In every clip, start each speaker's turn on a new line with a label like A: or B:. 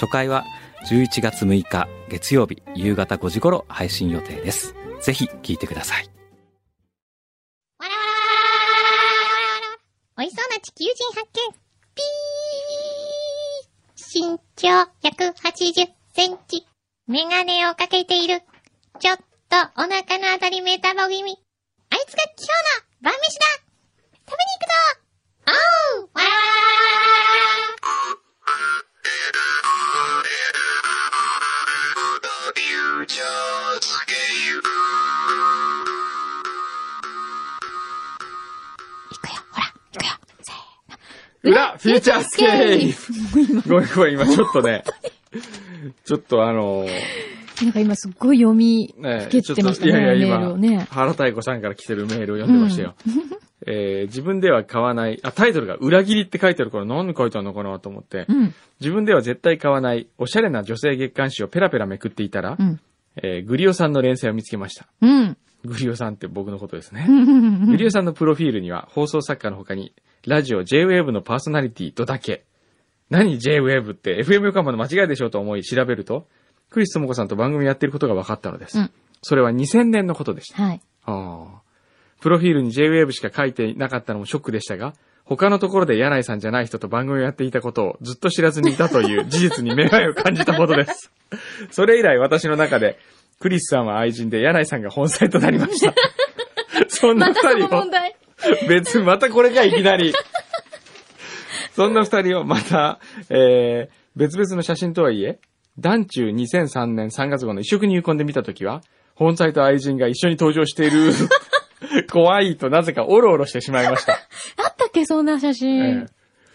A: 初回は11月6日月曜日夕方5時頃配信予定ですぜひ聞いてください
B: おいそうな地球人発見ピー身長180センチ。メガネをかけている。ちょっとお腹のあたりメタボ気味。あいつが今日の晩飯だ食べに行くぞおうわー行くよ、ほら、行くよ。せーの。
C: 裏、フューチャースケープ ごめんごめん、今ちょっとね、ちょっとあのー
D: なんか今すっごい読み、
C: ね、
D: ふけってました
C: ちょっとい
D: ね、
C: やいや、
D: メールをね
C: 今、。原太子さんから来てるメールを読んでましたよ。えー自分では買わない、あ、タイトルが裏切りって書いてあるから何書いてあるのかなと思って、
D: うん、
C: 自分では絶対買わない、おしゃれな女性月刊誌をペラペラめくっていたら、
D: うん、
C: えーグリオさんの連載を見つけました。
D: うん。
C: グリオさんって僕のことですね。
D: うん
C: ゆりえさんのプロフィールには、放送作家の他に、ラジオ JWAVE のパーソナリティとだけ、何 JWAVE って FM 横浜の間違いでしょうと思い調べると、クリス智子さんと番組やってることが分かったのです。
D: うん
C: それは2000年のことでした。
D: はい。
C: あープロフィールに JWAVE しか書いていなかったのもショックでしたが、他のところで柳井さんじゃない人と番組をやっていたことをずっと知らずにいたという事実に目がを感じたことです。それ以来私の中で、クリスさんは愛人で柳井さんが本妻となりました。そんな
D: ま
C: 二
D: たそ
C: 人
D: の
C: を
D: 問、題。
C: 別にまたこれかいきな り。そんな二人をまた、えー、別々の写真とはいえ、団中2003年3月号の一色入魂で見たときは、本妻と愛人が一緒に登場してい る。怖いとなぜかオロオロしてしまいました。
D: あったっけ、そんな写真。
C: え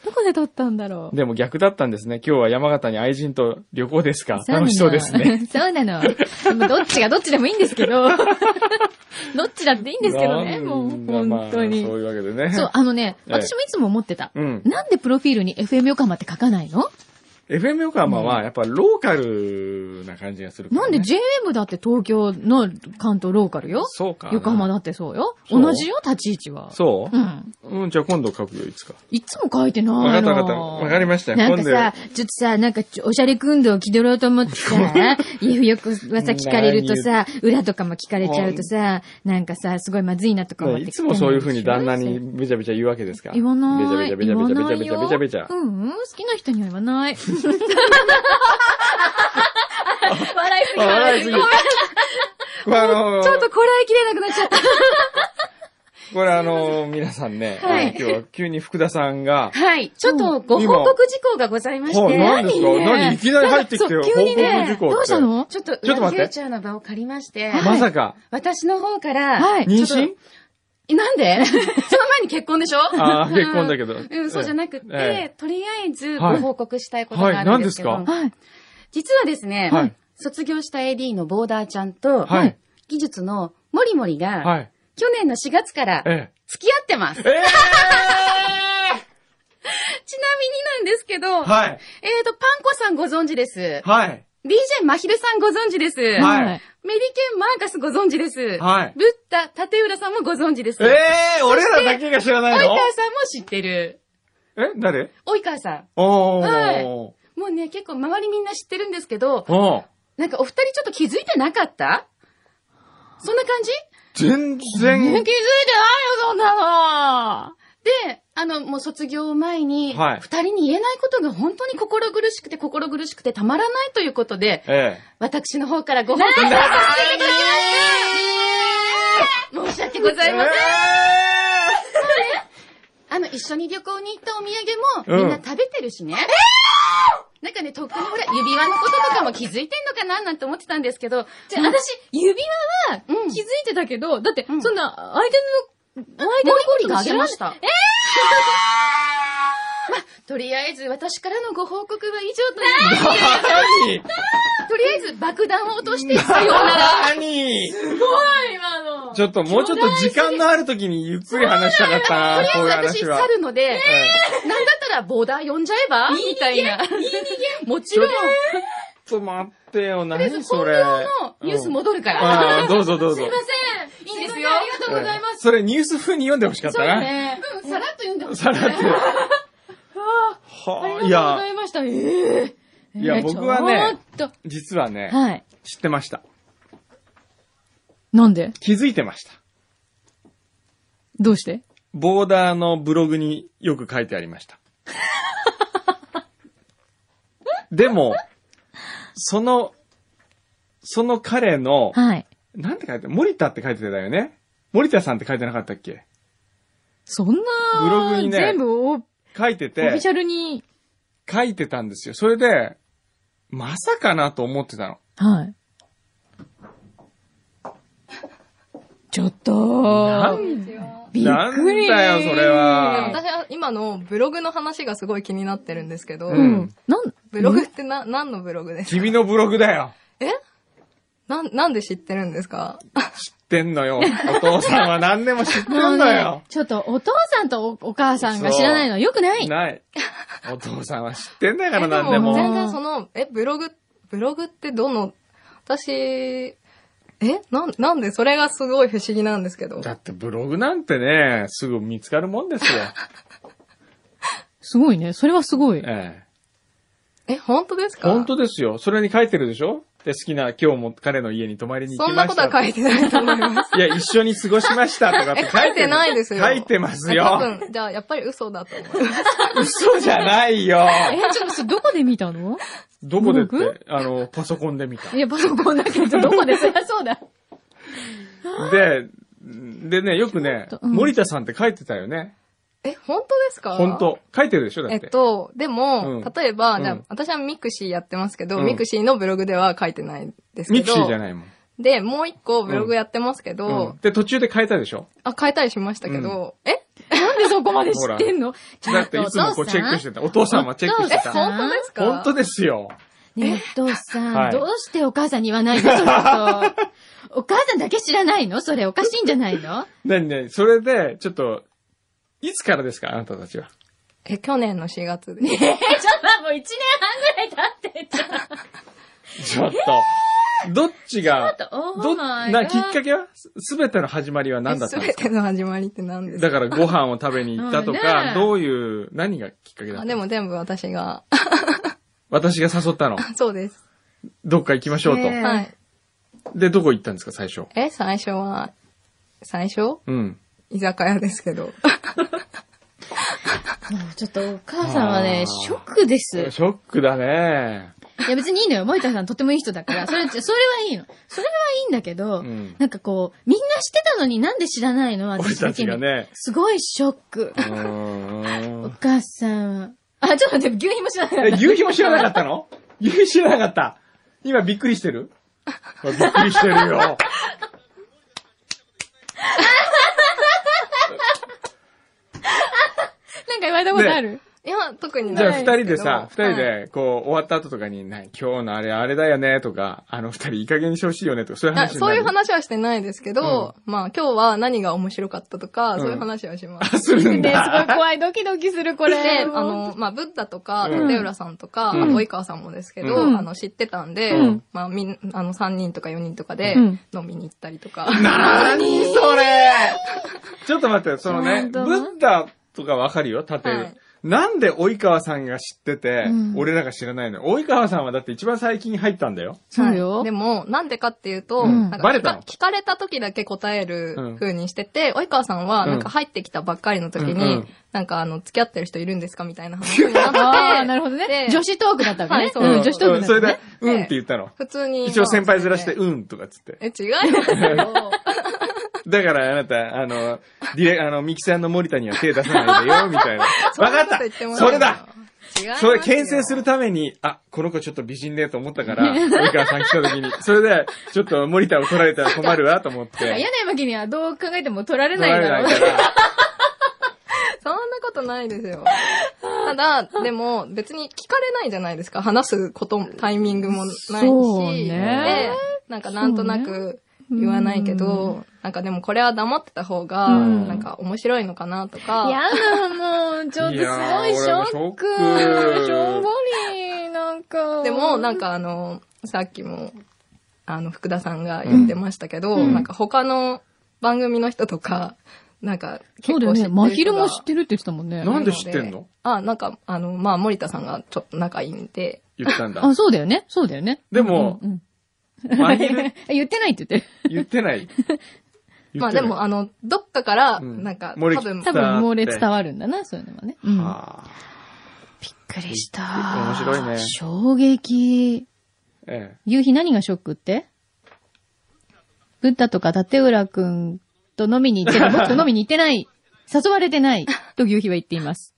D: どこで撮ったんだろ
C: え
D: う。
C: でも逆だったんですね。今日は山形に愛人と旅行ですか楽しそうですね。。
D: そう なの。まあどっちがどっちでもいいんですけど。ど っちだっていいんですけどね、もう。
C: なんだまあ
D: 本当に。
C: そういうわけでね。
D: そう、あのね、
C: ええ
D: 私もいつも思ってた。
C: うん。
D: なんでプロフィールに FM 横浜って書かないの
C: FM 横浜はやっぱローカルな感じがするから
D: なん
C: ね、
D: で JM だって東京の関東ローカルよ
C: そうかな。
D: 横浜だってそうよ。
C: そう
D: 同じよ、立ち位置は。
C: そう
D: うん。
C: うん、じゃあ今度書くよ、いつか。
D: いつも書いてないの。
C: わかったわかった。わかりましたよ。
D: なん
C: 今
D: か
C: 度よ
D: さ、ちょっとさ、なんかちょ、おしゃれ訓導を気取ろうと思ってさ、よく噂聞かれるとさ、裏とかも聞かれちゃうとさ、なんかさ、すごいまずいなとか思っ
C: ね
D: て。
C: いつもそういう風に旦那に。べちゃべちゃ言うわけですか
D: 言わない。
C: べちゃべちゃべちゃべち
D: 言
C: ゃべ
D: わな
C: ちゃべちゃべち
D: い
C: ゃべちゃ。
D: うんうん、好きな人には言わない。笑いすぎ
C: あ笑いすぎ
D: ごめん
C: これあのー
D: ちょっとこらえきれなくなっちゃっ
C: これあのー皆さんね、
D: はい
C: 今日は急に福田さんが、
D: た。はい。ちょっとご報告事項がございまし
C: は
D: て。
C: い何ですか
D: 何ね
C: 何いきなり入ってきてよ
D: そう急にね
C: 報告事項って
D: どうしたの
E: ちょっと、
C: ちょっと待って
E: フューチャーの場を借りまして、
C: まさか、
E: 私の方から、
D: はい
C: 妊
E: ちょっ
C: 娠
E: となんで その前に結婚でしょ
C: ああ、結婚だ
E: け
C: けど。
E: うん、うんそうじゃなくて、
C: え
E: とりあえず
C: はい
E: ご報告したいことがあるんですけど、
C: はい何で
D: はい。
E: 実はですね、
C: はい
E: 卒業した AD のボーダーちゃんと、
C: はい
E: 技術のモリモリが、
C: はい。
E: 去年の4月から
C: え
E: 付き合ってます。ち
C: え。
E: な
C: え
E: みになんですけど、
C: えはい。
E: えーと、パンコさんご存知です。
C: はい。
E: DJ まひるさんご存知です。
C: はい
E: メリケン・マーカスご存知です。
C: はい
E: ブッダ・立浦さんもご存知です。
C: ええ俺らだけが知ら
E: 及
C: ないの
E: 川さんも知ってる。
C: え誰
E: 及川さ
C: おー。
E: はいん。もうね、結構周りみんな知ってるんですけど、
C: おー
E: なんかお二人ちょっと気づいてなかったそんな感じ
C: 全
E: 気づい
C: 然
E: てないよ、そんなので、あの、もう卒業前に、
C: はい
E: 二人に言えないことが本当に心苦しくて心苦しくてたまらないということで、
C: え
E: 私の方からご報告させていただきました申し訳ございません。あの、一緒に旅行に行ったお土産も、みんな食べてるしね。なんかね、とっくにほら、指輪のこととかも気づいてんのかななんて思ってたんですけど、
D: じゃあ、私、指輪は
E: うん
D: 気づいてたけど、だって、
E: うん
D: そんな、相手の、相手の
E: モリモ
D: こ
E: リ
D: と
E: があ
D: 知
E: げ
D: ら
E: ま
D: な
E: した。ええまあ、とりあえず、私からのご報告は以上となります。
C: 何
F: とりあえず爆弾を落として、さようなら。
C: 何
F: すごい、今の。
C: ちょっともうちょっと時間のある時にゆっくり話したかったな、こういう
F: 私、
C: 話は。
F: 去るので、なんだったらボーダー呼んじゃえばみたいな。もちろん、と
C: ちょっと待ってよ、
F: りあえ
C: 何
F: ず
C: そ
F: 本
C: れ。
F: 業のニュース戻るから。
C: ああ、どうぞどうぞ。
F: すいません。いいんですよ。ありがとうございます。
C: それニュース風に読んでほしかった
F: そう
C: な。
F: ね。うん、さらっと読んでほしい。
C: さ らっと。はあ、いや
F: あ、りがとうございました。ええ。
C: いや、僕はね、
D: ちょっ
C: 実はね
D: と、、はい。
C: 知ってました。
D: なんで
C: 気づいてました。
D: どうして
C: ボーダーのブログによく書いてありま した。でも、その、その彼の、
D: はい。
C: なんて書いて、森田って書いてたよね森田さんって書いてなかったっけ
D: そん
C: ブログ
D: な、
C: にね
D: 全部オオフ
C: 書いてて
D: ィ、シャルに、
C: 書いてたんですよ。それで、まさかなと思ってたの。
D: はい。ちょっと、びっ
C: なん
D: くり。
C: だよ、それは。
E: 私は今のブログの話がすごい気になってるんですけど、
C: う
D: うん。なん、
E: ブログってな、何のブログです
C: 君のブログだよ。
E: えな、なんで知ってるんですか
C: 知ってんのよ。お父さんは何でも知って
D: も
C: ん
D: う
C: の
D: ね
C: よ。、
D: ちょっとお父さんとおお母さんが知らないのは良くない。
C: ない。お父さんは知ってんだから
E: え
C: 何でも。
E: 全然その、え、ブログ、ブログってどの、私、えなん、なんでそれがすごい不思議なんですけど。
C: だってブログなんてね、すぐ見つかるもんです よ。
D: すごいね。それはすごい。
C: ええ。
E: え、本当ですか
C: 本当ですよ。それに書いてるでしょで、好きな、今日も彼の家に泊まりに行
E: そ
C: き
E: ん
C: ま
E: な
C: し
E: こ
C: た。
E: とは書いてないと思います。
C: いや、一緒に過ごしましたとかって書いて
E: え、書いてないですよ。
C: 書いてます
E: え多
C: よ。
E: 分、じゃあやっぱり嘘だと思います。
C: 嘘じゃないよ。
D: え、ちょっとそれどこで見たの
C: どこでっ
D: ブロ
C: て、あの、パソコンで見た
D: い。や、パソコンだけど、どこ でそりゃそうだ。
C: で、でね、よくね、
D: うん
C: 森田さんって書いてたよね。
E: え、本当ですか
C: 本当書いてるでしょだ
E: え
C: っ。
E: ってと、でも、
C: うん
E: 例えば、じゃ
C: う
E: あ
C: ん、
E: 私はミクシーやってますけど、
C: うん
E: ミクシーのブログでは書いてないですけど。
C: ミクシーじゃないもん。
E: で、もう一個ブログやってますけど、
C: うんで、途中で変えたでしょ
E: あ、変えたりしましたけど、え
D: なんでそこまで知ってんのちょ
C: だ
D: っ
C: って
D: と
C: い
D: お
C: つもこ
D: 父
C: うチェックし
D: さ
C: てた。お父さんはチェックして
D: お父
C: た。
D: さん
E: 本当ですか
C: 本当ですよ。
D: ん。ねえ、お父さ
C: は
D: ん、
C: い
D: どうしてお母さんに言わないの それと。お母さんだけ知らないのそれおかしいんじゃ ないの
C: なになにそれで、ちょっと、いつからですかあなたたちは。
E: え、去年の4月で。
D: え、ちょっともう一年半ぐらい経ってち
C: ち
D: ゃ
C: ょっと。どっちが、
D: ちょっと Oh
C: ど、
D: my
C: な、
D: God
C: きっかけはすすべての始まりは何だったんですす
E: べて
C: か
E: の始まりって何です
C: だ
E: か
C: からご飯を食べに行ったと
D: うんね
C: か、どういう、何がきっかけだっ
E: あ
C: た
E: で
C: の
E: も全部 私が、
C: 私が誘 ったの。
E: そうです。
C: どっか行きましょう
D: ね
C: と。
E: はい。
C: で、どこ行ったんですか最初。
E: え、最初は、最初
C: うん。
E: 居酒屋ですけど。
D: った。もうちょっとお母さんはね、
C: あー
D: ショックです。
C: ショックだね。
D: いや別にいいのよ。森田さんとてもいい人だから。それ、それはいいの。それはいいんだけど、
C: うん
D: なんかこう、みんな知ってたのになんで知らないの
C: 俺
D: 私
C: た
D: だけ
C: ち
D: に
C: がね。
D: すごいショック
C: う。ー
D: お
C: ん
D: 母さんは。あ、ちょっと待って、牛皮も知らなか
C: え、
D: った。
C: 夕日も知らなかったの 夕日知らなかった。今びっくりしてるびっくりしてるよ。
D: なんか言われたことある
E: いや、特に
C: じゃあ
E: な
C: 二
E: いですけ
C: 人でさ、
E: ど。
C: 二人で、こう、終わった後とかに、な今日のあれ、あれだよね、とか、あの二人いい加減にしてほしいよね、とか、そういう
E: あ
C: 話にな
E: そう
C: る
E: いう話はしてないですけど、まあ今日は何が面白かったとか、
C: うん
E: そういう話はしま す。
C: あするん
D: ね、すごい
C: だ。
D: 怖い。ドキドキする、これ。
E: で、あ
D: もう、
E: の、まあ、ブッダとか、
C: うん
E: 立浦さんとか、
C: うん
E: 及川さんもですけど、
C: うん
E: あの、知ってたんで、
C: うん
E: まあ、みん、あの、3人とか4人とかで、
D: うん
E: 飲みに行ったりとか。
C: な ーにそれちょっと待って、そのね、ブ
D: 本当
C: ッダとかわかるよ、立て
E: はい
C: る。なんで及川さんが知ってて
D: うん、
C: 俺らが知らないの及川さんはだって一番最近入ったんだよ。
D: そうよ。
E: はいでも、なんでかっていうと、
D: うん
E: なんか
C: バレたの
E: 聞か聞かれた時だけ答え
C: うん
E: る風にしてて、及川さんは、
C: うん
E: なんか入ってきたばっかりの時に、
C: うんうん
E: なんかあの、付き合ってる人いるんですかみたいな話にな
D: ああ、
E: って、
D: なるほどね。
E: で
D: 女子トークだったわけね
E: は。いそう
D: うん、女子ト
C: うん
D: ークだった
C: そ
D: わ
C: れ
D: けね
C: で、うんって言ったの。
E: 普通に。
C: 一応先輩ずらして、
E: まあ
C: うんとかっつって。
E: え、違いますよ。
C: だからあなた、あの、ディレ、あの、ミキさんの森田には手出さないでよ、み たいな。わかったそれだ
E: 違います
C: そ
E: よ
C: れ、牽制するために、あ、この子ちょっと美人ねと思った から、森川さん来た時に、それで、ちょっと森田を取られたら困るわと思っ
D: いや嫌
C: て、
D: なわけにはどう考えても取られ
C: 取
D: な
C: ら
D: い
C: れ
D: だ
C: ない
D: ろう。
C: から、
E: そんなことないですよ。ただ、でも別に聞かれないじゃないですか。話すことも、タイミングもないし。
G: そうね
E: で、なんかなんとなく言わないけど、なんかでもこれは黙ってた方が、
G: うん
E: なんか面白いのかなとか。
G: やだ、もう、ちょっとすごいショック。
C: いやー俺もショック
G: しょんぼり、なんか。
E: でも、なんかあの、さっきも、あの、福田さんが言ってましたけど、なんか他の番組の人とか、なんか、
D: そう
E: 結
D: だよ
E: 構知って
D: ね。
E: る人が
D: 真昼も知ってるって言ってたもんね。
C: なんで知ってんの
E: あ、なんか、あの、まあ、森田さんがちょっと仲いいんで、
C: 言ったんだ
D: あ、。そうだよね。そうだよね。
C: でも
D: うんうん
C: 真昼
D: 言ってないって言って。
C: 言ってない。
E: まあでも、あの、どっかから、
C: うん
E: なんか、
C: 森
E: 多分、
D: 多分、猛烈伝わるんだな、そういうのはね。うん。びっ
C: ああ
D: くりした。
C: 面白いね
D: 衝撃。
C: ええ。
D: 夕日何がショックってブッダとか立浦くんと飲みに行ってる。僕と飲みに行ってない。誘われてない。と夕日は言っています。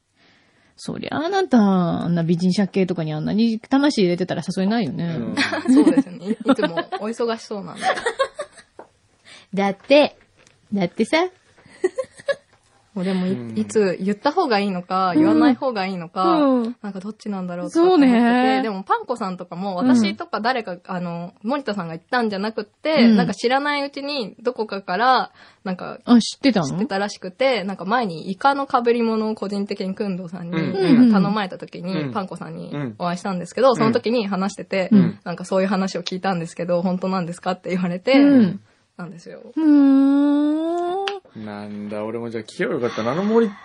D: そりゃあなた、あんな美人借景とかにあんなに魂入れてたら誘えないよね。
C: うん
E: そうですよね。いいつもお忙しそうなんで。
G: だって、だってさ、
E: もうでもい、
C: うん
E: いつ言った方がいいのか、言わない方がいいのか、
D: うん
E: なんかどっちなんだろうとか
D: そうね
E: 思っててでもパンコさんとかも、私とか誰か、あの、森田さんが言ったんじゃなくって、
D: うん
E: なんか知らないうちに、どこかから、なんか、
D: あ、知ってたの
E: 知ってたらしくて、なんか前にイカの被り物を個人的にくんどうさんに
D: うん
E: 頼まれた時に、
C: うん
E: パンコさんに
C: うん
E: お会いしたんですけど、その時に話してて、
C: ん
E: なんかそういう話を聞いたんですけど、本当なんですかって言われて、
D: うん。
E: なんですよ。
D: うーん。
C: なんだ、俺もじゃあ聞けばよかったな。あの森田、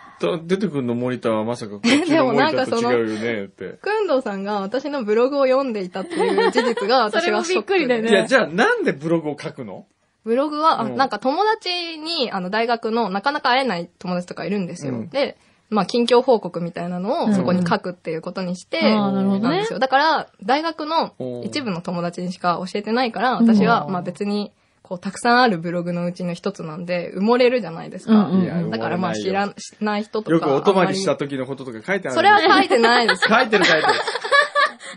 C: 出てくんの森田はまさかこっち
E: で
C: の
E: も
C: 森
E: なんか
C: 田と
E: その
C: 違うよねって。
E: くんどうさんが私のブログを読んでいたっていう事実が私はショック
D: それもびっくりだよ
E: で
D: ね
C: いや、じゃあなんでブログを書くの
E: ブログは、あ
C: うん
E: なんか友達に、あの、大学のなかなか会えない友達とかいるんですよ。
C: うん
E: で、まあ、近況報告みたいなの
D: う
E: を
D: ん
E: そこに書くっていうことにして、
D: ああ、なるほど
E: なん
D: ね
E: です。よ。だから、大学の
C: おー
E: 一部の友達にしか教えてないから、私は、
C: うん
E: まあ別に、こう、たくさんあるブログのうちの一つなんで、埋もれるじゃないですか。
D: うん
C: いや埋もれないよ
E: だからまあ知らん知らない人とか。
C: よくお泊まりした
E: と
C: 時のこととか書いてある
E: それは書いてないです。
C: 書いてる書いてる。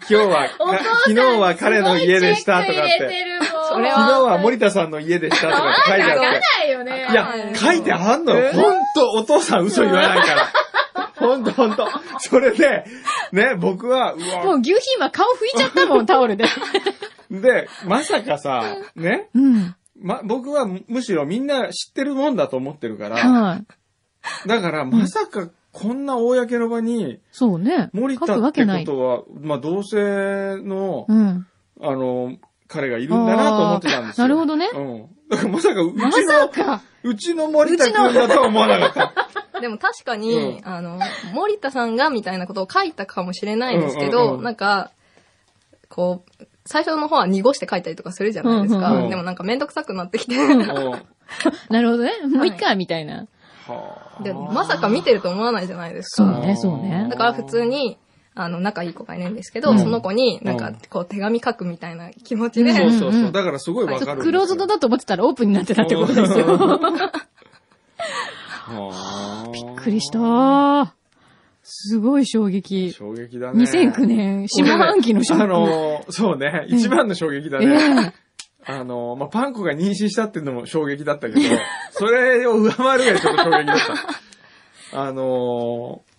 C: 今日は、か昨日は彼の家でしたとかって。
E: それ
C: 昨日
E: は、
C: は森田さんの家でしたとかって書いてあって。
D: ないよね
C: いや、書いてあんのよ。ほんと、お父さん嘘言わないから。ほんとほんと。それで、ね、僕は、う
D: も
C: わ、
D: う牛皮今顔拭いちゃったもん、タオルで。
C: で、まさかさ、ね、
D: うん。
C: ま、僕はむむしろみんな知ってるもんだと思ってるから、
D: はい。
C: だからまさかこんな公の場に、
D: そうね。
C: 森田
D: 書く
C: っ
D: わ
C: て
D: けな
C: こ
D: い。
C: とは、まあ、同性の、
D: うん。
C: あの、彼がいるんだなと思ってたんですよ。
D: あーなるほどね
C: うん。だからまさか、うちの、
D: まさか。
C: うちの森田君だとは思わなかった。
E: でも確かに、あの、森田さんがみたいなことを書いたかもしれないです
C: うん
E: け
C: うん
E: ど、
C: うん
E: なんか、こう、最初の方は濁して書いたりとかするじゃないですか。
C: うんうん
E: でもなんかめんどくさくなってきて、
C: うんは
D: なるほどね。もういっか、みたいな。
C: あ
E: でまさか見てると思わないじゃないです
D: そ
E: か。
D: うね、そうね
E: だ。から普通に、あの、仲いい子がいるんですけど、
D: うん
E: その子に、なん
C: う
E: か
C: ん、
E: こう、手紙書くみたいな気持ち で、
C: そうそう
D: うん
C: そうう。
D: ん
C: だからすごいわ
D: ちょ
C: か
D: っ
C: る。
D: とクローズドだと思ってたらオープンになってたってことですよ。びっ
C: びっ
D: くりしたー。すごい衝撃。
C: 衝撃だね。
D: 2009年、下半期の衝
C: あ
D: 撃。
C: のー、そうね、一番の衝撃だ
D: え
C: ね。
D: え
C: あのー、まあ、パンコが妊娠したっていうのも衝撃だったけ ど、それを上回るぐらいちょっと衝撃だ った。あのー、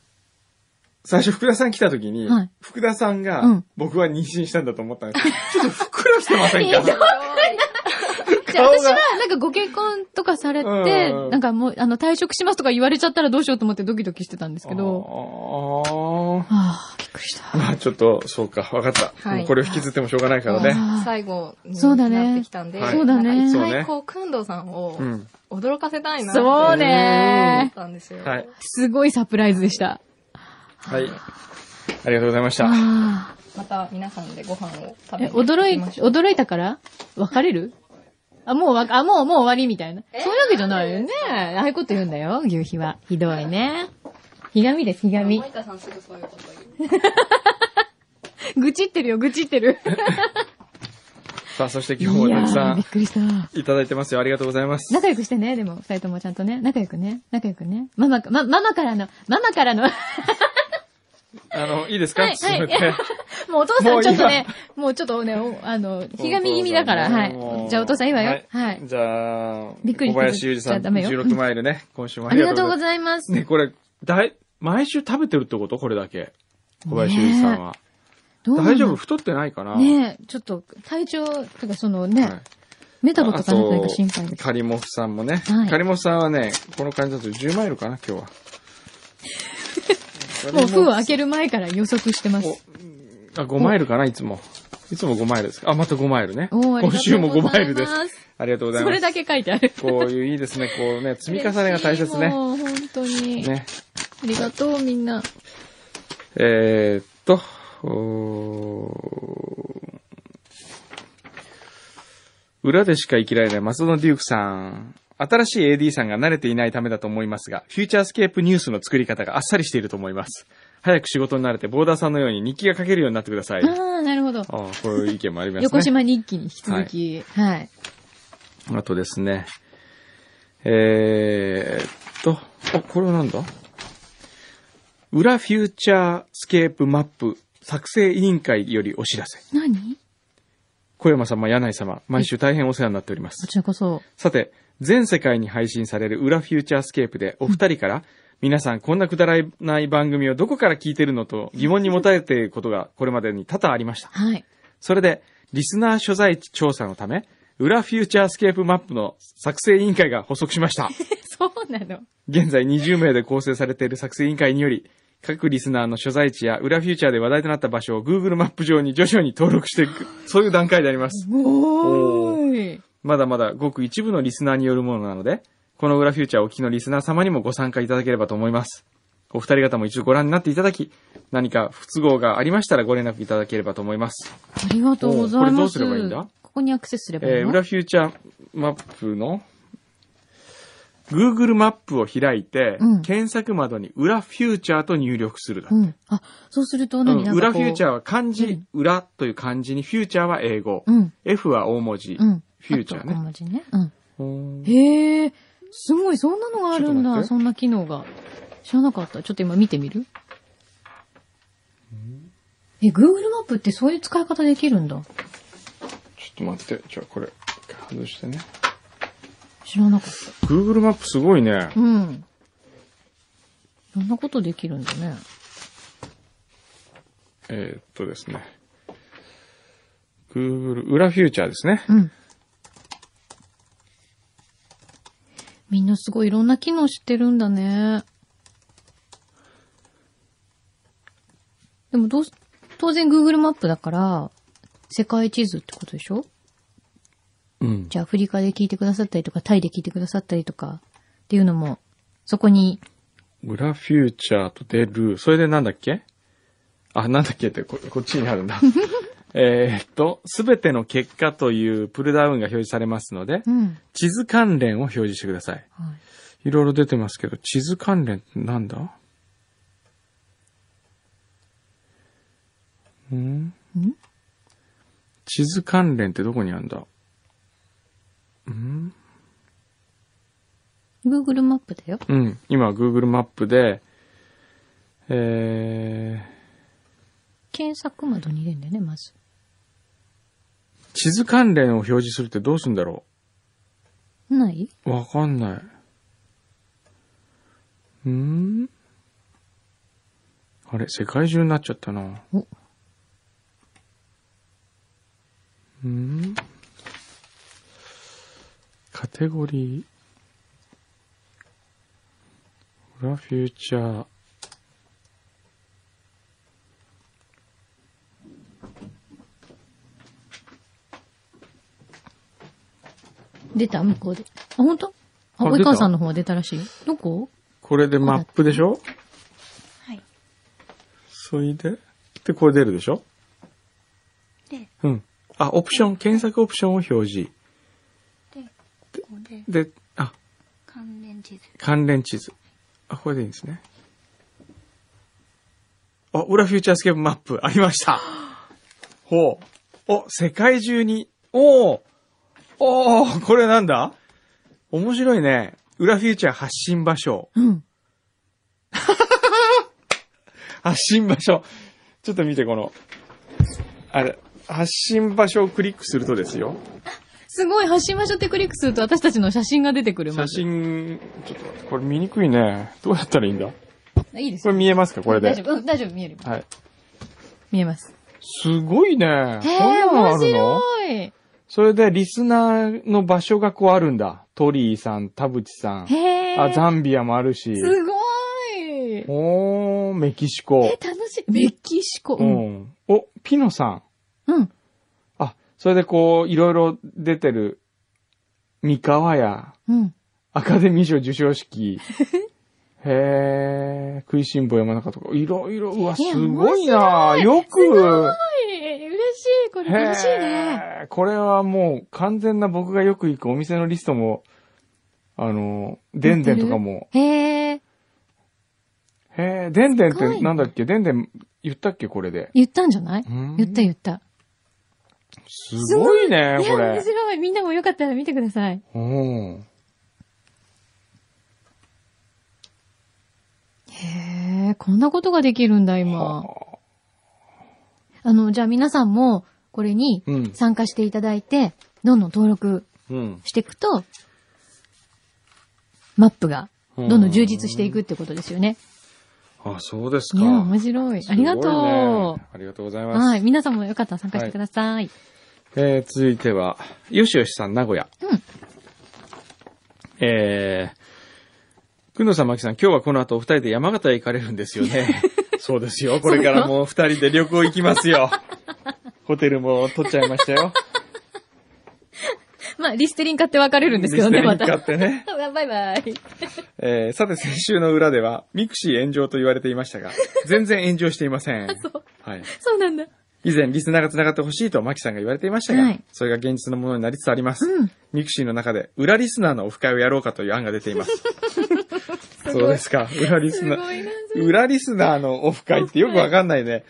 C: 最初福田さん来た時に
D: はい、
C: 福田さん
D: う
C: が
D: ん、
C: 僕は妊娠したんだと思ったんですけどちょっとふっくらしてませ んか
D: じゃあ
C: 顔が
D: 私は、なんかご結婚とかされ
C: うん
D: て
C: うんうん、
D: なんかもう、あの、退職しますとか言われちゃったらどうしようと思ってドキドキしてたんですけど。
C: ど。あ
D: ああ、びっくりした。
C: ーまあちょっと、そうか、わかった。
E: はい
C: もうこれを引きずってもしょうがないからね。
D: あー
E: 最後に
D: そうだね
E: なってきたんで、
C: はい
D: そうだね
E: なんか
C: そう
E: 一
C: ね
E: 回こう、くんどうさんを
C: うん
E: 驚かせたいなって
D: そう
E: 思
D: ね
E: っ。たんですよ。
C: はい。
D: すごいサプライズでした。
C: はい。ありがとうございました。
D: あ
E: また皆さんでご飯を食
D: あ。
E: べ
D: え、
E: に行きましょう
D: 驚い、驚いたから別れるあ、もうわ、あ、もう、もう終わりみたいな。そういうわけじゃないよね。ああいうこと言うんだよ、牛皮は。ひどいね。ひがみです、ひがみ。
E: 森田さんすぐそういうこと言う。
D: 愚痴ってるよ、愚痴っ てる。
C: さあ、そして
D: い
C: 今日もたくさ
D: ーびっくりした。
C: んいただいてますよ。ありがとうございます。
D: 仲良くしてね、でも、二人ともちゃんとね。仲良くね。仲良くね。ママか、ま、ママからの、ママからの、も
C: あの、いいですか
D: はいはい
C: 進めて。
D: うお父さんちょっとね
C: も、
D: もうちょっとね、おあの、ひがみ気味だから、は
C: も
D: い。
C: う
D: じゃあお父さん今よ。はい。
C: じゃあ、
D: びっくり
C: 小林裕二さん、
D: じゃあダメよ
C: 16マイルね、今週もあ
D: あ
C: り
D: り
C: が
D: が
C: とう
D: とう
C: ござ
D: ご
C: いま
D: ざいます
C: す。。ね、これ、大、毎週食べてるってことこれだけ。小林ゆりさんは。
D: どうなんだ
C: 大丈夫太ってないかな
D: ねえ、ちょっと、体調、とかそのね、
C: はい
D: メタボとかなんかなんか心
C: あ
D: 配
C: と
D: です。
C: カリモフさんもね。
D: はい
C: カリモフさんはね、この感じだと10マイルかな、今日は。
D: もう封を開ける前から予測してます。
C: あ、5マイルかな、いつも。いつも5マイルですかあ、また5マイルね。
D: おーあ
C: 今
D: りがと
C: 週
D: う
C: も
D: ご
C: 5マ
D: ざいます
C: イルです。ありがとうござい
D: そ
C: ま
D: れ
C: す。
D: だけ書いてある。
C: こういういいですね、こうね、積み重ねが大切ね。
D: もう本当に。
C: ね。
D: ありがとう、みんな。
C: えー、っと、おー裏でしか生きられない松戸のデュークさん。新しい AD さんが慣れていないためだと思いますが、フューチャースケープニュースの作り方があっさりしていると思います。早く仕事に慣れて、ボーダーさんのように日記が書けるようになってください。あ
D: ああ、なるほど。
C: あ、こういう意見もありますね。
D: 横島日記に引き続き。はい。
C: あとですね。えーっと、あ、これはなんだ裏フューチャースケープマップ作成委員会よりお知らせ。
D: 何
C: 小山様、柳井様、毎週大変お世話になっておりま
D: こ
C: す。
D: ちらこそ。
C: さて、全世界に配信される裏フューチャースケープでお二人から、皆さんこんなくだらない番組をどこから聞いてるのと疑問に持たれていることがこれまでに多々ありました。
D: はい。
C: それで、リスナー所在地調査のため、裏フューチャースケープマップの作成委員会が発足しま した。
D: そうなの。
C: 現在20名で構成されている作成委員会により、各リスナーの所在地や裏フューチャーで話題となった場所を Google マップ上に徐々に登録していく、そういう段階であります。
D: おーい。
C: まだまだごく一部のリスナーによるものなので、この裏フューチャーをお聞きのリスナー様にもご参加いただければと思います。お二人方も一度ご覧になっていただき、何か不都合がありましたらご連絡いただければと思います。
D: ありがとうござい
C: おーこ
D: ます。
C: れどうすればいいんだ
D: ここにアクセスすればいいの
C: えー、裏フューチャーマップの Google マップを開いて、
D: うん
C: 検索窓に裏フューチャーと入力するだ。
D: うん。あ、そうすると
C: う
D: 何、
C: ん
D: なん
C: 裏
D: か
C: フ
D: こう
C: ューチャーは漢字、裏という漢字に、フューチャーは英語、
D: うん。
C: F は大文字、
D: うん。
C: フューチャー
D: あと
C: ね。
D: 小文字ね。うん。
C: うん
D: へえ、すごい、そんなのがあ
C: ち
D: るん
C: ょっと待っ
D: だ、
C: て
D: そんな機能が。知らなかった。ちょっと今見てみるえ、Google マップってそういう使い方できるんだ。
C: ちょっと待って、じゃあこれ、外してね。
D: 知らなかっ
C: Google マップすごいね
D: た。。うん。いろんなことできるんだね。
C: えーっとですね。Google、裏フューチャーですね。
D: うん。みんなすごいいろんな機能知ってるんだね。でもどうす、当然 Google マップだから、世界地図ってことでしょ
C: うん。
D: じゃあアフリカで聞いてくださったりとか、タイで聞いてくださったりとか、っていうのも、そこに、
C: 裏フューチャーと出る。それでなんだっけあ、なんだっけってこ、こっちにあるんだ。えーっと、すべての結果というプルダウンが表示されますので、
D: うん。
C: 地図関連を表示してください。
D: はい
C: ろいろ出てますけど、地図関連ってなんだん
D: い。ん
C: 地図関連ってどこにあるんだうん
D: ?Google マップだよ。
C: うん。今、Google マップで、え
D: 検索窓に入れるんだよね、まず。
C: ー、地図関連を表示するってどうするんだろ
D: ない、
C: うわかんない。んあれ、世界中になっちゃったな。
D: お
C: んカテゴリー。裏フューチャー。
D: 出た向こうで。あ、本当？あ、
C: あ
D: 及
C: 出た
D: 川さんの方は出たらしいよ。どこ
C: これでマップでしょはい。それで、で、これ出るでしょ
H: で、
C: うん。あ、オプション、検索オプションを表示。
H: で、ここで
C: で、あ、
H: 関連地図。
C: 関連地図。あ、これでいいんですね。あ、裏フューチャースケープマップ、ありました。ほう。お、世界中に。おーおーこれなんだ面白いね。裏フューチャー発信場所。
D: うん。
C: 発信場所。ちょっと見て、この。あれ、発信場所をクリックするとですよ。
D: すごい、発信場所ってクリックすると私たちの写真が出てくる。ま
C: 写
D: ず。
C: 真、ちょっと待って、これ見にくいね。どうやったらいいんだ
D: あいいです
C: これ見えますかこれ
D: 大
C: で
D: 丈。夫、うん大丈夫、見える。
C: はい。
D: 見えます。
C: すごいね。へ
D: へえ、面白い。
C: それで、リスナーの場所がこうあるんだ。トリーさん、田淵さん。
D: へえ。
C: あ、ザンビアもあるし。
D: すごい。
C: おー、メキシコ。
D: 楽しい。メキシコ。
C: う。ん。お、ピノさん。
D: うん。
C: あ、それでこう、いろいろ出てる、三河屋、
D: うん。
C: アカデミー賞授賞 式。へー、食いしん坊山中とか、いろいろ、うわ、す
D: いや
C: ごいなよく、
D: はい、嬉しい。これ
C: へ
D: 楽しいね。
C: ーこれはもう完全な僕がよく行くお店のリストも、あの、でんでんとかも。
D: へえ。
C: へえ、でんでんっ
D: すごい
C: て
D: ね
C: なんだっけでんでん言ったっけこれで。
D: 言ったんじゃない
C: うん
D: 言った言った。
C: すごいね
D: い、や、
C: こ
D: 面
C: れ。
D: 白い。みんなもよかったら見てください。
C: うん。
D: へえ、こんなことができるんだ、今。あの、じゃあ皆さんも、これに
C: うん
D: 参加していただいて、どんどん登録
C: うん。
D: していくと、マップが、どんどん充実していくってことですよね。
C: あ、そうです
D: い
C: か。
D: や、面白い。ありが
C: すごい
D: と。
C: ねありがとうございうます。
D: はい。皆さんもよかったら参加してください。
C: えー、続いては、よしよしさん、名古屋。
D: うん
C: えー、くんのさん、まきさん、今日はこの後お二人で山形へ行かれるんですよ ね。そうですよ。これからもう二人で旅行行きますよ。ホテルも取っちゃいましたよ。
D: まあ、リステリン買って別れるんですけどね、
C: リス
D: ま
C: テ
D: た
C: リ ン。買ってね
D: バイバイ。
C: えー、さて先週の裏では、ミクシー炎上と言われていましたが、全然炎上していません。はい。
D: そうなんだ。
C: 以前、リスナーが繋がってほしいと、マキさんが言われていましたが、
D: はい
C: それが現実のものになりつつあります。
D: うん
C: ミクシーの中で、裏リスナーのオフ会をやろうかという案が出てい ます。そうですか。裏リスナー、裏リスナーのオフ会ってよくわかんないね。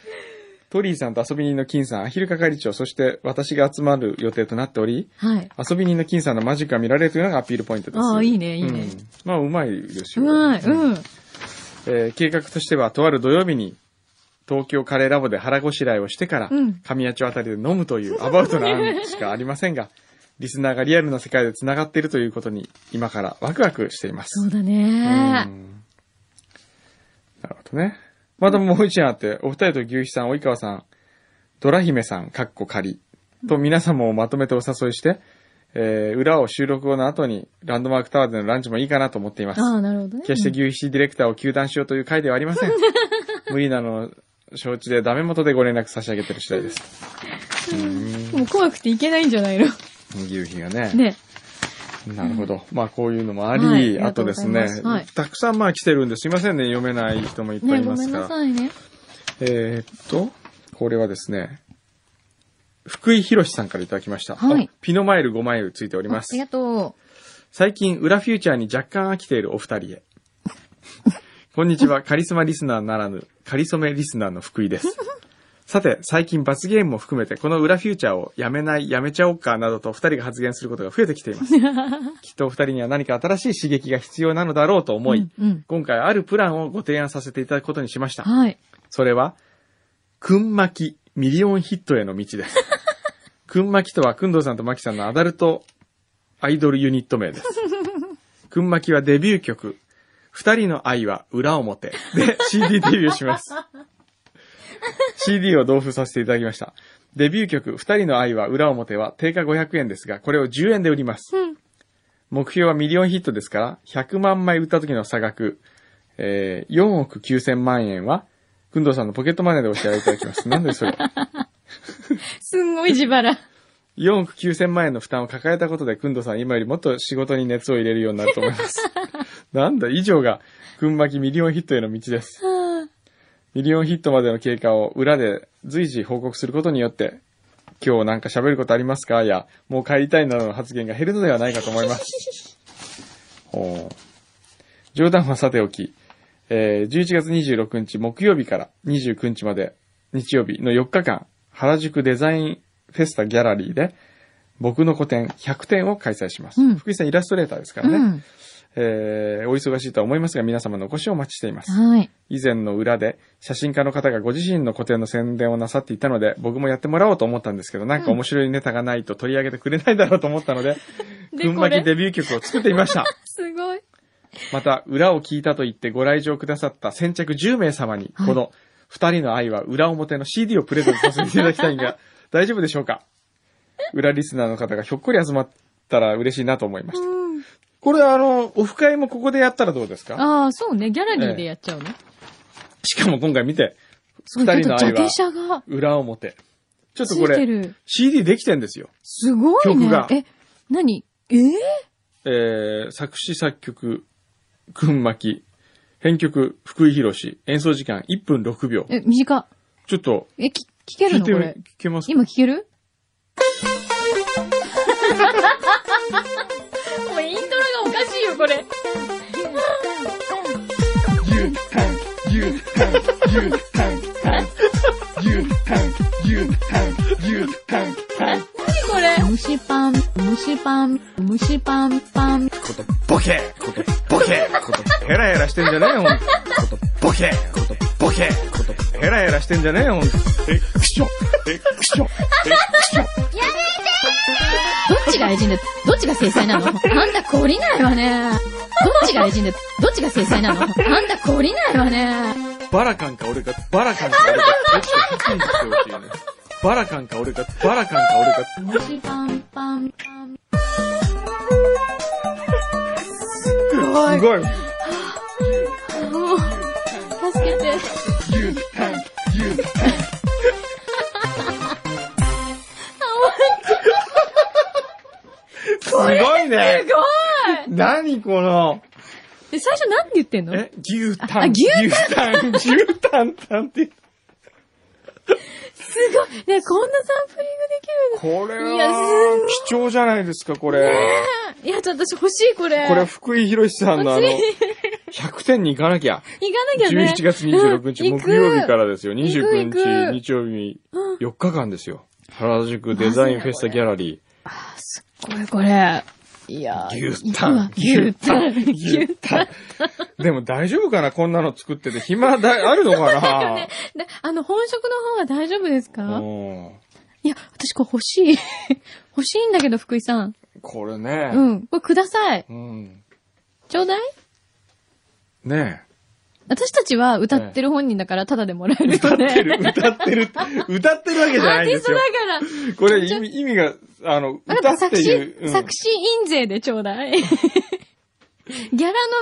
C: トリーさんと遊び人の金さん、アヒル係長、そして私が集まる予定となっており、
D: はい。
C: 遊び人の金さんのマジックが見られるというのがアピールポイントです。
D: ああ、いいね、いいね。
C: うんまあ、うまいです
D: う
C: よ。
D: まい。うん。
C: えー計画としては、とある土曜日に、東京カレーラボで腹ごしらえをしてから、
D: うん
C: 神谷町あたりで飲むというアバウトな案しかありませんが、リスナーがリアルな世界で繋がっているということに、今からワクワクしていま
D: そ
C: す。
D: うだ
C: うんな
D: ね。
C: るほどね。またもう一案あって、お二人と牛肥さん、及川さん、ドラ姫さん、かっこ仮、と皆様をまとめてお誘いして、えー裏を収録後の後に、ランドマークタワーでのランチもいいかなと思っています。
D: ああ、なるほどね。
C: 決して牛皮ディレクターを休断しようという回ではありません。無理なのを承知でダメ元でご連絡差し上げてる次第です。
D: もう怖くていけないんじゃないの
C: 牛皮がね。
D: ね。
C: なるほど。まあこういうのもあり、
D: はい
C: あとです
D: あ
C: ね
D: りがとうございますはい
C: たくさんまあ来てるんですいませんね、読めない人もいっぱい
D: ね、
C: い
D: ご
C: ま
D: め
C: す
D: ん
C: が。
D: なさいね。
C: えーっと、これはですね、福井博さんからいただきました。
D: はい
C: あピノマイル5マイルついておりま
D: あ
C: す
D: り。がと
C: 最近、裏フューチャーに若干飽きているお二人へ。こんにちは、カリスマリスナーならぬ、カリソメリスナーの福井です。さて、最近罰ゲームも含めて、この裏フューチャーをやめない、やめちゃおうかなどと二人が発言することが増えてきています。 きっとお二人には何か新しい刺激が必要なのだろうと思い、
D: う。うん。
C: 今回あるプランをご提案させていただくことにしました。
D: はい。
C: それは、くんまきミリオンヒットへの道です。くんまきとは、くんどうさんとまきさんのアダルトアイドルユニット名です。くんまきはデビュー曲、二人の愛は裏表で CD デビューします。CD を同封させていただきました。デビュー曲、二人の愛は裏表は定価500円ですが、これを10円で売ります。目標はミリオンヒットですから、100万枚売った時の差額、えー、4億9000万円は、くんどうさんのポケットマネーでお支払いいただきます。なんでそれ。
D: すんごい自腹。
C: 4億9000万円の負担を抱えたことで、くんどうさんは今よりもっと仕事に熱を入れるようになると思います。なんだ、以上が、くんまきミリオンヒットへの道です。ミリオンヒットまでの経過を裏で随時報告することによって、今日なんか喋ることありますかや、もう帰りたいなどの発言が減るのではないかと思います。 おー冗談はさておき、えー11月26日木曜日から29日まで日曜日の4日間、原宿デザインフェスタギャラリーで、僕の個展100点を開催します。
D: うん
C: 福井さんイラストレーターですから
D: う
C: ね、
D: ん。
C: えーお忙しいとは思いますが、皆様のお越しをお待ちしています。
D: はい。
C: 以前の裏で、写真家の方がご自身の個展の宣伝をなさっていたので、僕もやってもらおうと思ったんですけど、なんか面白いネタがないと 取り上げてくれないだろうと思ったので、
D: で
C: 群馬
D: これ
C: きデビュー曲を作ってみました。
D: すごい。
C: また、裏を聞いたと言ってご来場くださった先着10名様に、この二人の愛は裏表の CD をプレゼントさせていただきたいんが、 大丈夫でしょうか裏リスナーの方がひょっこり集まったら嬉しいなと思いました。これはあの、オフ会もここでやったらどうですか
D: ああ、そうね。ギャラリーでやっちゃうの。
C: しかも今回見て、
D: すごい、
C: 二
D: ちょっ
C: 人の
D: と
C: 愛
D: ジャ
C: は
D: ケ写が
C: 裏表。ちょっ
D: つ
C: とこ
D: い
C: れ、
D: てる。
C: CD できてんですよ。
D: すごい
C: 曲
D: ね
C: が。
D: え、何えー
C: えー作詞作曲、群巻、編曲、福井博士、演奏時間1分6秒。
D: え、短。
C: ちょっと、
D: え、き、聞け
C: 聞
D: る
C: い
D: の
C: て
D: こ
C: み
D: れ
C: 聞。けます
D: 今聞ける
I: もうイントロがおかしいよ、これ。
D: 虫パン、虫パン、虫パンパン。
C: ことボケことボケことヘラヘラしてんじゃねえよ、ほんとことボケことボケことヘラヘラしてんじゃねえよ、ほんとえ、クションえ、クションえ、クション
G: どっちが愛人で、どっちが制裁なのあんた懲りないわね。どっちが愛人で、どっちが制裁なのあんた懲りないわね。
C: バラカンか俺か、バラカンか俺か、どっちか聞くんですよっていうね。バラカンか俺か、バラカンか俺か。
G: 虫パンパンパン。
C: すごい
G: 助けて。
C: すごいねすごい何この、
D: え、最初なんて言ってんの
C: え、牛タン。
D: あ牛
C: タン牛タンタンって。
D: すごい。ね、こんなサンプリング
C: これ
D: いやす
C: は、貴重じゃないですか、これ。
D: できるのいや、ちょっと私欲しい、これ。
C: これ、福井博さんのあの、100点に行かなきゃ。
D: 行かなきゃね。
C: 11月26日、
D: うん
C: 木曜日からですよ。
D: 行く行く
C: 29日、日曜日、4日間ですよ。原宿デザインフェスタギャラリ
D: これ、これ。いや
C: ー。
D: ー、
C: 牛タン、
D: 牛タン
C: 牛タン。でも大丈夫かなこんなの作ってて。暇だ、あるのか
D: であの、本職の方は大丈夫です
C: な
D: か
C: うん
D: いや、私これ欲しい。 欲しいんだけど、福井さん。
C: これ
D: う
C: ね。
D: ん。これください。
C: うん。
D: ちょうだい
C: ね
D: 私たちは歌ってる本人だから、ただでもらえるよね。
C: え。歌ってる、歌ってるわけじゃ
D: ア
C: な
D: ー
C: いんで
D: ティス
C: す
D: ト
C: よ
D: だ。から。
C: これ意味意味が、あの、
D: あなた
C: 歌って
D: 作
C: いう
D: 詞、
C: うん。
D: 作詞印税でちょうだい。ギ ャラの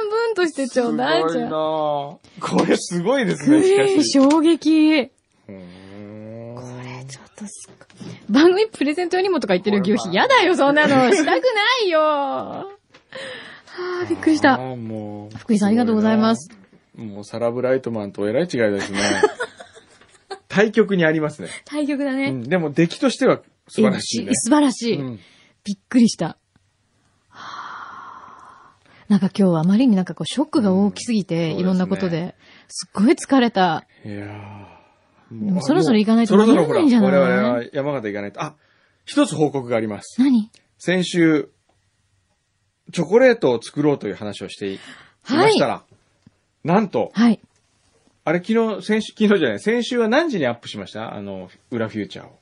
D: 分としてちょうだい
C: す
D: じ
C: ごいな
D: ゃ。
C: んぁこれすごいですね、しか
D: えー、
C: し。
D: 衝撃。
C: うーん
D: ちょっとすっごい番組プレゼント用にもとか言ってる牛皮。やだよ、そんなの。したくないよ。はあ、びっくりし
C: あ
D: た。
C: ーもう。
D: 福井さんありがとうございます。
C: もうサラブライトマンとえらい違いですね。対極にありますね。
D: 対局だ
C: う
D: ね。
C: ん、でも出来としては素晴らしいね
D: え。素晴らしい。
C: うん
D: びっくりした。はあなんか今日はあまりになんかこうショックが大きすぎて、
C: うん
D: いろんなことで。すっごい疲れた。
C: いやー
D: で
C: も
D: もそろそろ行かないと
C: そろそろ
D: 間
C: ほ
D: に合
C: ら、
D: わないんじゃない
C: 我々は山形行かないと。あ、一つ報告があります。
D: 何
C: 先週、チョコレートを作ろうという話をしていましたら、なんと、
D: はい。
C: あれ昨日、先週、昨日じゃない、先週は何時にアップしましたあの、裏フューチャーを。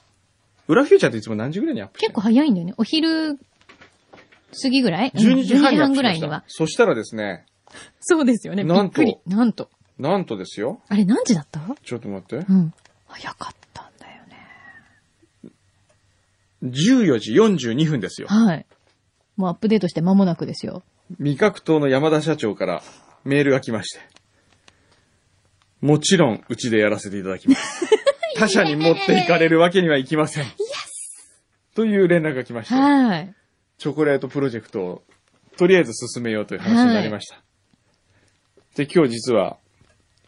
C: 裏フューチャーっていつも何時ぐらいにアップして
D: 結
C: る
D: 構早いんだよね。お昼過ぎぐらいうん
C: 12時半にアップしました
D: ぐらいには。
C: そしたらですね、
D: そうですよね。び
C: な
D: っ
C: んと
D: くり。なんと。
C: なんとですよ、
D: あれ何時だった
C: ちょっと待って
D: う、ん。早かったんだよね。
C: 14時42分ですよ。
D: はい。もうアップデートして間もなくですよ。
C: 味覚党の山田社長からメールが来まして。もちろん、うちでやらせていただき ます。他社に持っていかれるわけにはいきません。という連絡が来まして、
D: はい。
C: チョコレートプロジェクトをとりあえず進めようという話になりました。で、今日実は、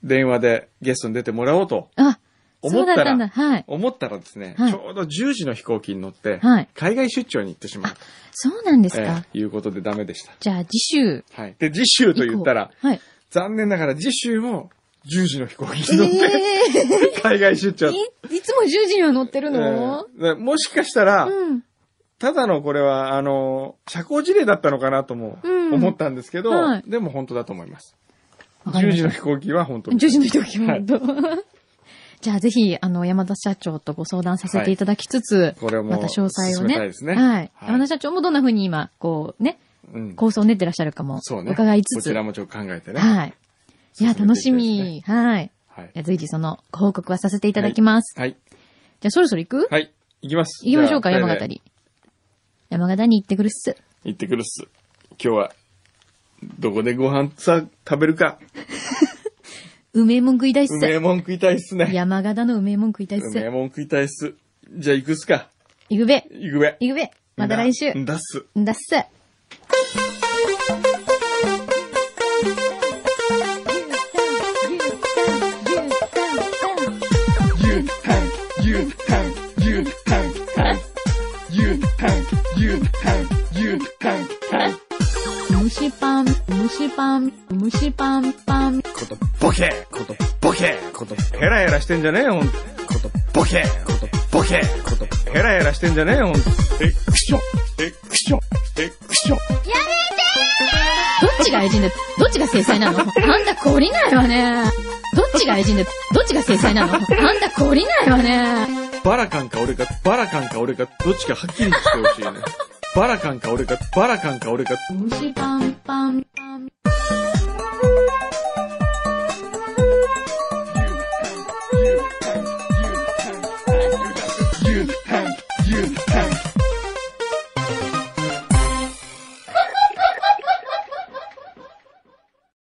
C: 電話でゲストに出てもらおうと
D: あ、
C: 思
D: そ
C: っ
D: う
C: た
D: だ
C: ら
D: ったんだ。はい。
C: 思ったらですね、
D: はい
C: ちょうど10時の飛行機に乗って
D: はい、
C: 海外出張に行ってしまうと、
D: そうなんです
C: え
D: か。
C: えいうことでダメでした。
D: じゃあ次週
C: はい。で、次週
D: 以降。
C: と言ったら、
D: はい。
C: 残念ながら次週も10時の飛行機に乗って、海外出張。
D: いつも10時には乗ってるの、
C: えーもしかしたら、
D: うん。
C: ただのこれは、あの、社交辞令だったのかなとも
D: うん
C: 思ったんですけど、
D: はい
C: でも本当だと思います。
D: わか
C: 10
D: りまし
C: 時
D: た
C: の飛行機は本当
D: 10
C: です
D: 時の時は本当。 じゃあぜひ、あの、山田社長とご相談させていただきつつ、
C: これも
D: また詳細を
C: 進めたい
D: ね
C: ですね
D: はい。
C: はい
D: 山田社長もどんな風に今、こうね、
C: うん。
D: 構想練ってらっしゃるかも
C: そうね。
D: 伺いつ
C: こ
D: つ
C: ちら。もちょっと考えてね。
D: はい。いや、
C: 進め
D: 楽
C: ていき
D: した
C: いです
D: み。はい。
C: はい
D: い。や、随時そのご報告はさせていただきます。
C: はい。
D: じゃあそろそろ行く、
C: はい。行きます。
D: 行きましょうか、
C: じゃあ
D: 山形。に。山形に行ってくるっす。
C: 行ってくるっす。今日は、どこでご飯さ、食べるか。
D: うめえもん食いたいっ
C: うめえ
D: す。
C: もん食いたいっすね。
D: 山形のうめえもん食いたいっ
C: うめえ
D: す。
C: もん食いたいっす。じゃあ行くっすか。
D: 行くべ。
C: 行くべ。
D: 行くべ。また来週。
C: だっす。
D: だっす。蒸しパン、蒸しパン、蒸しパンパン。
C: ことボケことボケことヘラヘラしてんじゃねえよ、ほんと。ことボケことボケことヘラヘラしてんじゃねえよ、ほんと。エクションエクションエクション
G: どっちが愛人で、どっちが制裁なのあんた懲りないわね。どっちが愛人で、どっちが制裁なのあんた懲りないわね。
C: バラカンか俺か、バラカンか俺か、どっちかはっきりしてほしいね。バラカンか俺か、バラカンか俺か、
D: 蒸しパンパン。